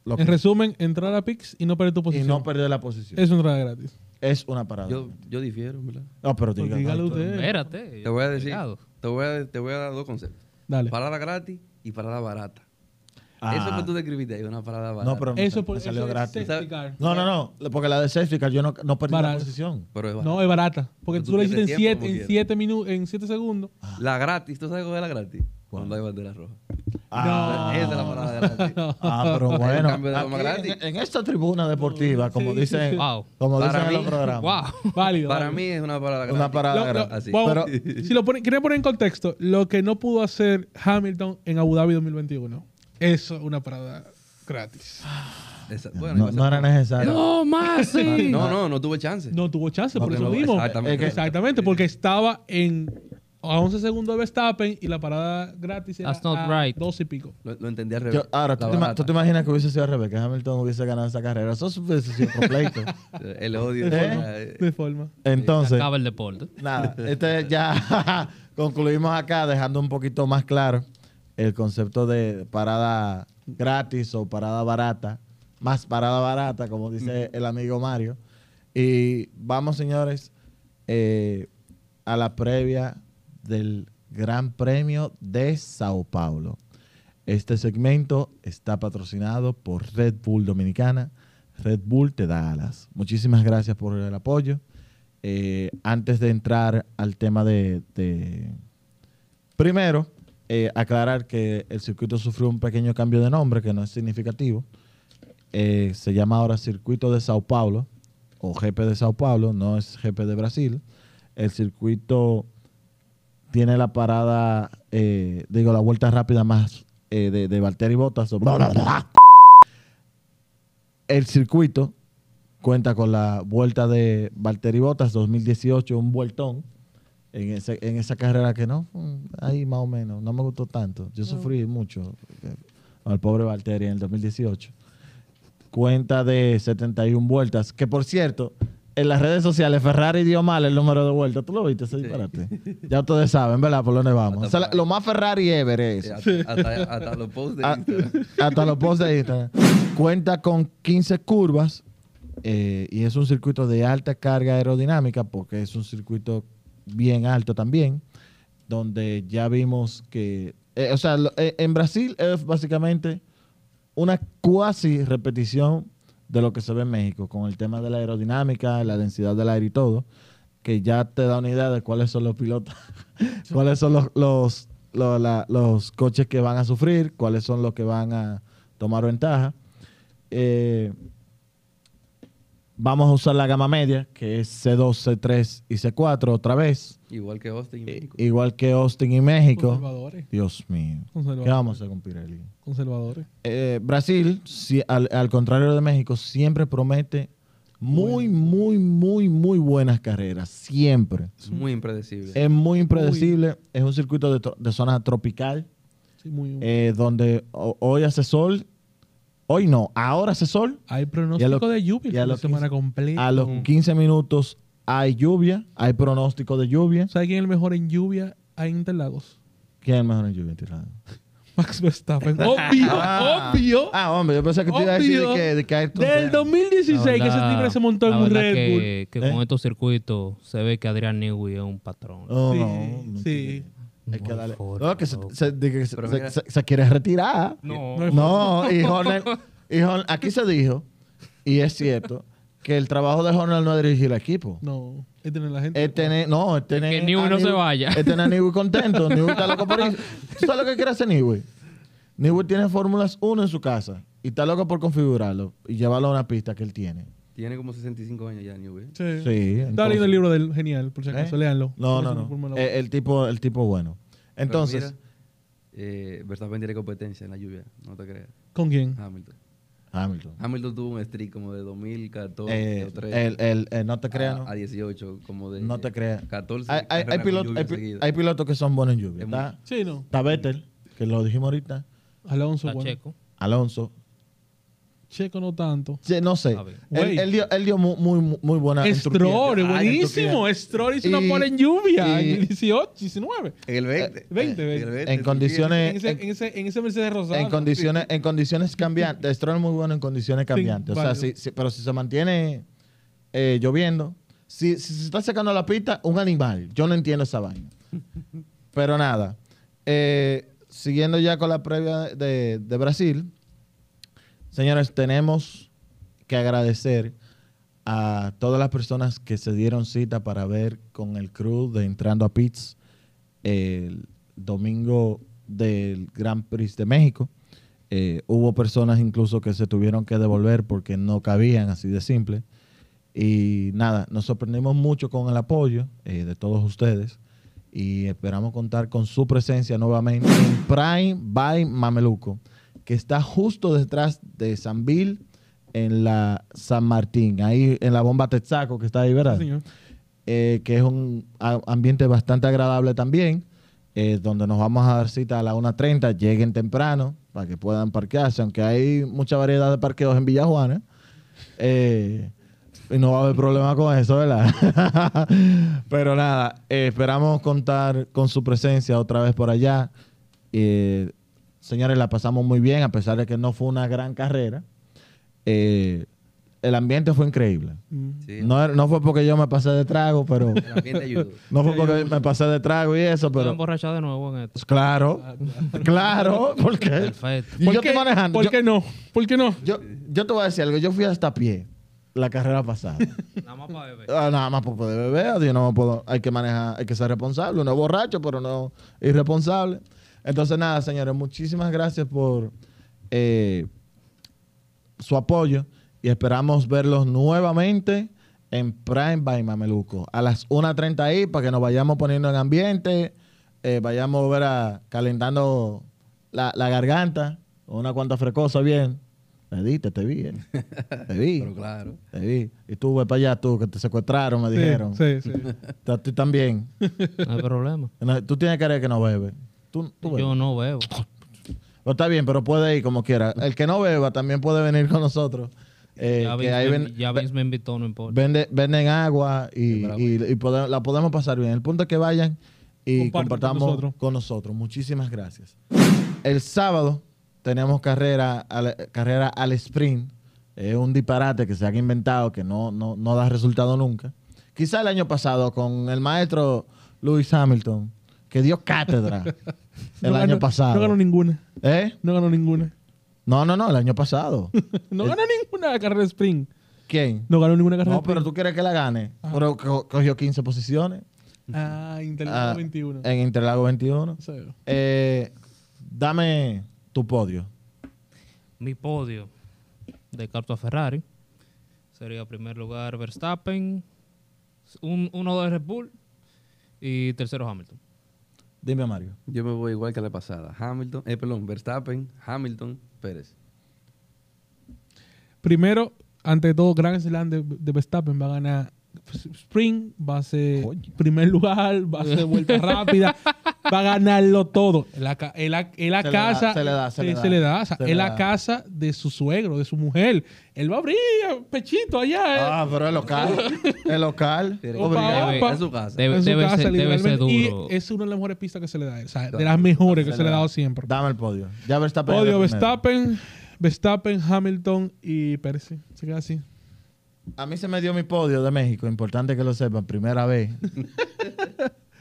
Lo En que- resumen, entrar a Pix y no perder tu y posición. no perder la posición. Es, es entrada gratis. una parada. Yo, yo difiero, ¿verdad? no, pero Pues diga, dígalo no, usted. Eh, Espérate. Te voy a decir, cuidado. te voy a, te voy a dar dos conceptos. Dale. Parada gratis y parada barata. Ah. Eso que tú describiste ahí, una parada barata. No, pero me Eso sal- por me salió eso es gratis. safety car. No, no, no. Porque la de safety car yo no, no perdí Barato. la posición. Pero es barata. No, es barata. Porque Pero tú, tú lo hiciste en pierdes tiempo, 7 como en quieras. siete minu- en siete segundos. La gratis, ¿tú sabes cuál es la gratis? Cuando hay bandera roja. Ah, Esa es la parada gratis. ah, pero Hay un bueno. cambio de aquí goma gratis. en, en esta tribuna deportiva, como dicen, Wow. como Para dicen en los mí, programas. Wow. Válido. Para válido. mí es una parada gratis. Una parada Lo- lo- gratis. Así. vamos, Pero- si lo pone- quería poner en contexto, lo que no pudo hacer Hamilton en Abu Dhabi 2021. Eso es una parada gratis. Esa- bueno, iba No, a ser- no era necesario. No, más sí. No, no, no tuve chance. No tuvo chance, por No, eso no, mismo. exactamente. Es que- Exactamente, porque estaba en a 11 segundos de Verstappen y la parada gratis era That's not a right. 12 y pico. Lo, lo entendí al revés. Yo- ahora, ¿tú La te, ima- barata. tú te imaginas que hubiese sido al revés? Que Hamilton hubiese ganado esa carrera. Eso hubiese sido otro pleito. El odio. ¿Eh? De forma. Se Entonces, acaba el deporte. Nada, este ya concluimos acá dejando un poquito más claro el concepto de parada gratis o parada barata, más parada barata, como dice el amigo Mario. Y vamos, señores, eh, a la previa del Gran Premio de Sao Paulo. Este segmento está patrocinado por Red Bull Dominicana. Red Bull te da alas. Muchísimas gracias por el apoyo. Eh, antes de entrar al tema de... de- Primero, eh, aclarar que el circuito sufrió un pequeño cambio de nombre que no es significativo. Eh, se llama ahora Circuito de Sao Paulo o GP de Sao Paulo, no es GP de Brasil. El circuito tiene la parada, eh, digo, la vuelta rápida más eh, de, de Valtteri Bottas. o bla, bla, bla, bla. El circuito cuenta con la vuelta de Valtteri Bottas 2018, un vueltón. En, ese- en esa carrera que no, mm, ahí más o menos, no me gustó tanto. Yo sufrí mucho eh, al pobre Valtteri en el 2018. Cuenta de 71 vueltas, que por cierto, en las redes sociales, Ferrari dio mal el número de vuelta. ¿Tú lo viste ese Sí. disparate? Ya ustedes saben, ¿verdad? Por dónde vamos. Hasta O sea, para- lo más Ferrari ever es. Eh, Hasta, hasta- hasta los posts de Ah, Instagram. hasta los posts de Instagram. Cuenta con 15 curvas eh, y es un circuito de alta carga aerodinámica porque es un circuito bien alto también, donde ya vimos que, eh, o sea, lo- eh, en Brasil es básicamente una cuasi repetición de lo que se ve en México con el tema de la aerodinámica, la densidad del aire y todo, que ya te da una idea de cuáles son los pilotos cuáles son los, los, lo- la- los coches que van a sufrir, cuáles son los que van a tomar ventaja. Eh, vamos a usar la gama media, que es C2, C3 y C4 otra vez, Igual que Austin y eh, México. igual que Austin y México. Conservadores. Dios mío, Conservadores. ¿qué vamos a hacer con Pirelli? Conservadores. Eh, Brasil, si- al, al contrario de México, siempre promete muy, muy, muy, muy buenas carreras, siempre. Es muy impredecible. Es muy impredecible, es un circuito de, tro- de zona tropical, Sí, muy. eh, donde ho- hoy hace sol, hoy no, ahora hace sol, hay y a pronóstico lo- de y lluvia a la lo Ah. semana quince- completa. a los 15 minutos hay lluvia, hay pronóstico de lluvia. ¿Sabe quién es el mejor en lluvia a Interlagos? ¿Quién es el mejor en lluvia, Tirado? Max Verstappen. Obvio, obvio. Ah, hombre, yo pensé que te iba a decir de Obvio. que, de que hay Del tontería. 2016 La que ese verdad- tigre se montó en la un verdad Red Bull. que, que ¿Eh? con estos circuitos se ve que Adrián Newey es un patrón. Oh, Sí, no, no sí. Hay que No hay darle. forma, No, que se, loco. se- de que se- Pero se- mira. se- se quiere retirar. No. No No, hay y Horner, y Horner- aquí se dijo, y es cierto, que el trabajo de Horner no es dirigir el equipo. No, es tener la gente. Es tener, no, es tener. Que Newey a no se vaya. Es tener a Newey contento. Newey está loco por ir. ¿Tú sabes lo que quiere hacer Newey? Newey tiene Fórmulas 1 en su casa y está loco por configurarlo y llevarlo a una pista que él tiene. Tiene como 65 años ya, New, ¿eh? Sí. Sí. Está entonces- lindo el libro del genial, por si acaso, ¿Eh? léanlo. No, Por no, eso no. Fórmula Eh, El, tipo, el tipo bueno. Entonces, Pero mira, eh, Verstappen tiene competencia en la lluvia, no te creas. One. ¿Con quién? Hamilton. Hamilton. Hamilton tuvo un streak como de 2014 Eh, o 13 el- el- eh, no te creas, a, ¿no? a 18, como de No te creas. 14. Hay, hay- hay carreras con pilotos, lluvia hay pi- seguidas. hay pilotos que son buenos en lluvia. Es Está, Sí, no. está Vettel, que lo dijimos ahorita. Alonso, bueno. Checo. Pacheco. Alonso. no tanto. Sí, no sé. A ver. Él, Güey. él dio, él dio muy, muy, muy buena. en Turquía. Stroll, Ay, en Turquía. buenísimo. Stroll hizo Y- una pole en lluvia y- en el 18, 19. En el 20. veinte, en el veinte. 20, Eh, En sí, En condiciones, ese, en Eh, en, ese, en ese Mercedes Rosado. en condiciones, en condiciones cambiantes. Stroll es muy bueno en condiciones cambiantes. O sea, válido. si- si- pero si se mantiene eh, lloviendo, si, si se está secando la pista, un animal. Yo no entiendo esa vaina. Pero nada. eh, siguiendo ya con la previa de, de Brasil, señores, tenemos que agradecer a todas las personas que se dieron cita para ver con el crew de Entrando a Pits el domingo del Gran Prix de México. Eh, hubo personas incluso que se tuvieron que devolver porque no cabían, así de simple. Y nada, nos sorprendimos mucho con el apoyo eh, de todos ustedes y esperamos contar con su presencia nuevamente en Prime by Mameluco, que está justo detrás de San Bill en la San Martín, ahí en la bomba Texaco que está ahí, ¿verdad? señor. eh, que es un a- ambiente bastante agradable también, eh, donde nos vamos a dar cita a las 1.30, lleguen temprano para que puedan parquearse, aunque hay mucha variedad de parqueos en Villa Juana, eh, y no va a haber problema con eso, ¿verdad? Pero nada, eh, esperamos contar con su presencia otra vez por allá. Eh, señores, la pasamos muy bien, a pesar de que no fue una gran carrera. Eh, el ambiente fue increíble. Mm. Sí, No, era- no fue porque yo me pasé de trago, pero. el ambiente ayudó. No fue porque me pasé de trago y eso, Pero pero. emborrachado de nuevo en esto. Claro. Claro, porque. Perfecto. Y ¿Por yo qué- estoy manejando. ¿Por Yo, qué no? ¿Por qué no? yo, yo te voy a decir algo. Yo fui hasta a pie la carrera pasada. Nada más para beber. Ah, Nada más por poder beber. Yo no me puedo. Hay que manejar, hay que ser responsable. Uno es borracho, pero no irresponsable. Entonces, nada, señores, muchísimas gracias por eh, su apoyo y esperamos verlos nuevamente en Prime by Mameluco a las 1.30 ahí para que nos vayamos poniendo en ambiente, eh, vayamos ver a- calentando la, la garganta, una cuanta frecosa bien. Me diste, te vi, eh. te vi. Pero claro. Te vi. Y tú, ve para allá, tú, que te secuestraron, me Sí, dijeron. Sí, sí. Tú, tú también. No hay problema. No, Tú tienes cara de que no bebe. Tú, tú bebes. Yo no bebo. Pero está bien, pero puede ir como quiera. El que no beba también puede venir con nosotros eh, ya que Vince ahí me- ven- ya ve- Vince me invitó, no importa. vende- venden agua y, Qué bravo. y- y pode- la podemos pasar bien. El punto es que vayan y Compartan con compartamos nosotros. con nosotros. Muchísimas gracias. El sábado tenemos carrera al, carrera al sprint. Es un disparate que se han inventado que no, no, no da resultado nunca. Quizá el año pasado con el maestro Lewis Hamilton, que dio cátedra el No año ganó- pasado. No ganó ninguna. ¿Eh? No ganó ninguna. No, no, no, el año pasado. No El- ganó ninguna carrera de sprint. ¿Quién? No ganó ninguna carrera No, de pero sprint. tú quieres que la gane. Ah. Pero co- cogió 15 posiciones Ah, Interliga ah, 21. en Interlago 21. O sea, Eh, dame tu podio. mi podio de Carto a Ferrari sería primer lugar Verstappen, un- uno de Red Bull y tercero Hamilton. Dime, Mario. Yo me voy igual que la pasada. Hamilton, eh, perdón, Verstappen, Hamilton, Pérez. Primero, ante todo, Grand Slam de, de Verstappen va a ganar Spring, va a ser primer lugar, va a ser vuelta rápida, va a ganarlo todo. Es la, ca- es la- es la Se le da, casa. se le da, se eh, le da. o sea, Se le es la da. casa de su suegro, de su mujer. Él va a abrir eh, pechito allá. eh. Ah, pero el local. el local. Tiene que Opa, llegar opa. a su casa. Debe, en su debe casa, ser, debe ser literalmente, duro. Y es una de las mejores pistas que se le da. O sea, de Claro. las mejores que Se se, le le ha da. dado siempre. Dame el podio. Ya Verstappen. era Odio el primero. Verstappen, Verstappen, Hamilton y Pérez. sí. Se queda así. A mí se me dio mi podio de México. Importante que lo sepan. Primera vez.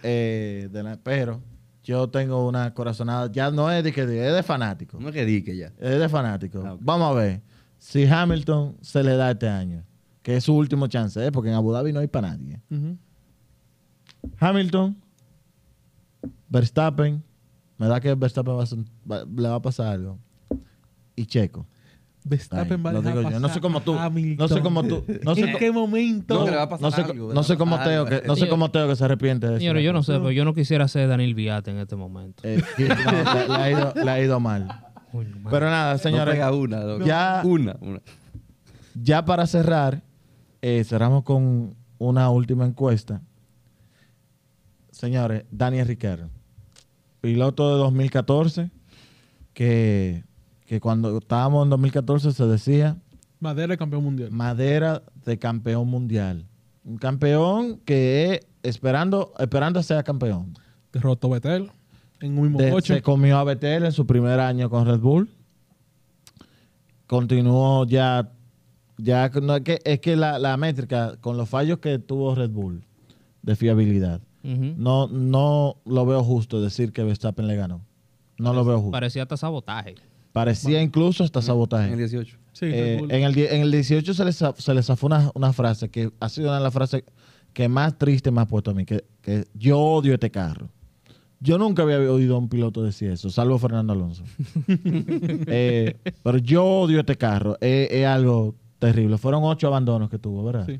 Eh, de la- pero yo tengo una corazonada. Ya no es de que es de fanático. No es que dique ya. Es de fanático. Ah, ok. Vamos a ver si Hamilton se le da este año, que es su último chance, ¿eh? porque en Abu Dhabi no hay para nadie. Ujú. Hamilton, Verstappen, me da que Verstappen va a ser- va- le va a pasar algo. Y Checo. Verstappen Ay, va a lo dejar digo yo. No pasar sé cómo tú. a No sé Hamilton. cómo tú. No sé ¿En cómo- qué momento? No, que le va a pasar no sé- algo, no sé le va a cómo pasar Teo algo. que, no sé cómo Teo que se arrepiente de eso. Señores, yo no sé, pero yo no quisiera ser Daniel Viate en este momento. Eh, sí, no, le, le ha ido, le ha ido mal. Coño, madre. Pero nada, no señores. pega una, dos. Ya- Una, una. Ya para cerrar, eh, cerramos con una última encuesta. Señores, Daniel Ricciardo, piloto de 2014, que, que cuando estábamos en 2014 se decía Madera campeón mundial. madera de campeón mundial. Un campeón que eh, esperando, esperando sea campeón. Derrotó a Betel en un mismo De- coche. se comió a Betel en su primer año con Red Bull. Continuó ya. ya no, es que, es que la, la métrica, con los fallos que tuvo Red Bull de fiabilidad, Ujú. no, no lo veo justo decir que Verstappen le ganó. No lo veo justo. Parecía hasta sabotaje. Parecía incluso hasta En el sabotaje. 18. Sí, Eh, Red Bull. en, el, die- en el 18 se le, sa- se le zafó una, una frase que ha sido una de las frases que más triste me ha puesto a mí, que, que yo odio este carro. Yo nunca había oído a un piloto decir eso, salvo Fernando Alonso. Eh, pero yo odio este carro, es es algo terrible. Fueron ocho abandonos que tuvo, ¿verdad? Sí.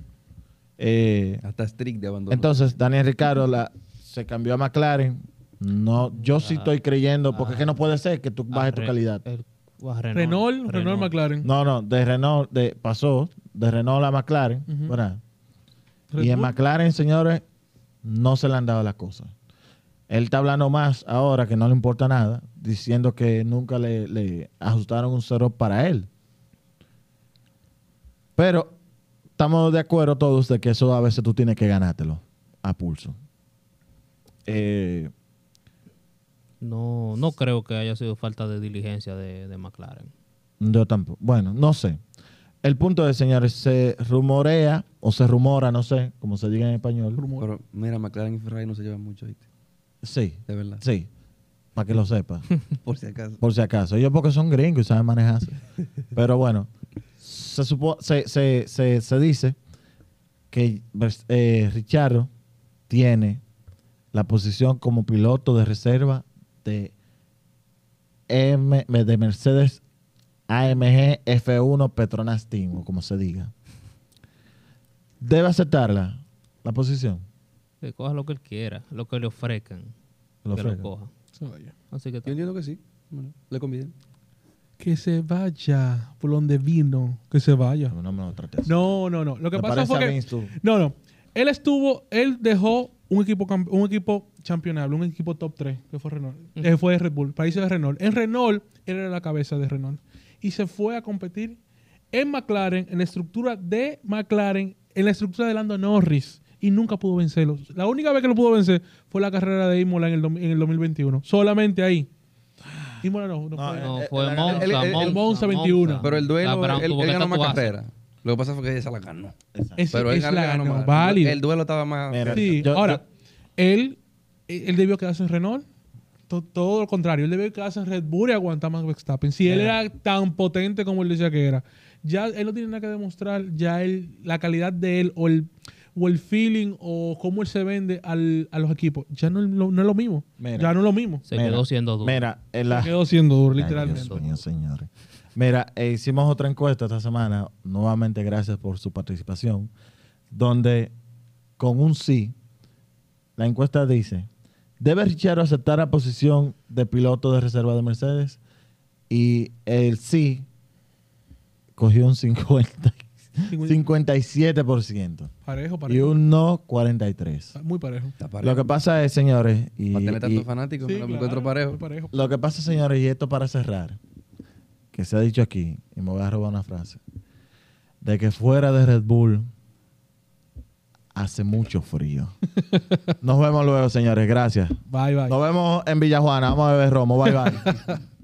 Eh, Hasta strict de abandono. entonces, Daniel Ricardo la, se cambió a McLaren. No, yo sí estoy creyendo, porque es que no puede ser que tú bajes tu Re- calidad. el- ah, Renault, Renault, McLaren. No, no, de Renault, de, pasó de Renault a McLaren, Ujú. ¿verdad? Red y en Bull. McLaren, señores, no se le han dado las cosas. Él está hablando más ahora que no le importa nada, diciendo que nunca le, le ajustaron un cero para él. Pero estamos de acuerdo todos de que eso a veces tú tienes que ganártelo a pulso. Eh, No, no creo que haya sido falta de diligencia de, de McLaren. Yo tampoco. Bueno, no sé. El punto es, señores, se rumorea o se rumora, no sé, como se diga en español. Rumor. Pero mira, McLaren y Ferrari no se llevan mucho, ¿viste? Sí, De verdad. sí. Para que lo sepa, Por si acaso. por si acaso. Ellos porque son gringos y saben manejarse. Pero bueno, se, supo- se, se, se, se dice que Vers- eh, Richardo tiene la posición como piloto de reserva de, M, de Mercedes AMG F1 Petronas Team, o como se diga. Debe aceptarla, la posición. Que coja lo que él quiera, lo que le ofrezcan. Lo que ofrezcan. lo coja. Se vaya. Así que Yo entiendo que sí. Bueno, le conviene. Que se vaya por donde vino. Que se vaya. No, no me lo trates. No, no, no. Lo que Me pasa parece fue a que... Vince, tú. No, no. Él estuvo... Él dejó un equipo, camp- un equipo campeonable, un equipo top 3, que fue Renault. Eh, fue Red Bull, país de Renault. En Renault, él era la cabeza de Renault. Y se fue a competir en McLaren, en la estructura de McLaren, en la estructura de Lando Norris. Y nunca pudo vencerlo. La única vez que lo pudo vencer fue la carrera de Imola en el, dom- en el 2021. Solamente ahí. Imola no. no fue. No, eh, fue la- Monza, el- el- el Monza, Monza 21. Pero el La duelo, Brown él, Ah, tuvo él que ganó más tatuarse. carrera. Lo que pasa fue que esa la ganó. Exacto. Es, Pero él es ganó, la ganó ganó, más. válido. El duelo estaba más. Mira, Sí, yo- ahora, él, él debió quedarse en Renault. To- todo lo contrario, él debió quedarse en Red Bull y aguantar más Verstappen. Si él Mira. era tan potente como él decía que era, ya él no tiene nada que demostrar, ya él, la calidad de él o el, o el feeling o cómo él se vende al- a los equipos, ya no, es lo- no es lo mismo. Mira. Ya no es lo mismo. Se Mira, quedó siendo duro. Mira, en la- Se quedó siendo duro, Ay, literalmente. Dios mío, señores. Mira, eh, hicimos otra encuesta esta semana. Nuevamente, gracias por su participación. Donde, con un sí, la encuesta dice: ¿Debe Richard aceptar la posición de piloto de reserva de Mercedes? Y el sí cogió un 50, Cincu- 57% Parejo, y parejo. un no 43%. Muy parejo. Está parejo. Lo que pasa es, señores, y- Para tener tantos y, fanáticos, Sí, me lo claro, encuentro muy parejo. parejo. lo que pasa, señores, y esto para cerrar, que se ha dicho aquí, y me voy a robar una frase, de que fuera de Red Bull hace mucho frío. Nos vemos luego, señores. Gracias. Bye, bye. Nos vemos en Villajuana. Vamos a beber romo. Bye, bye.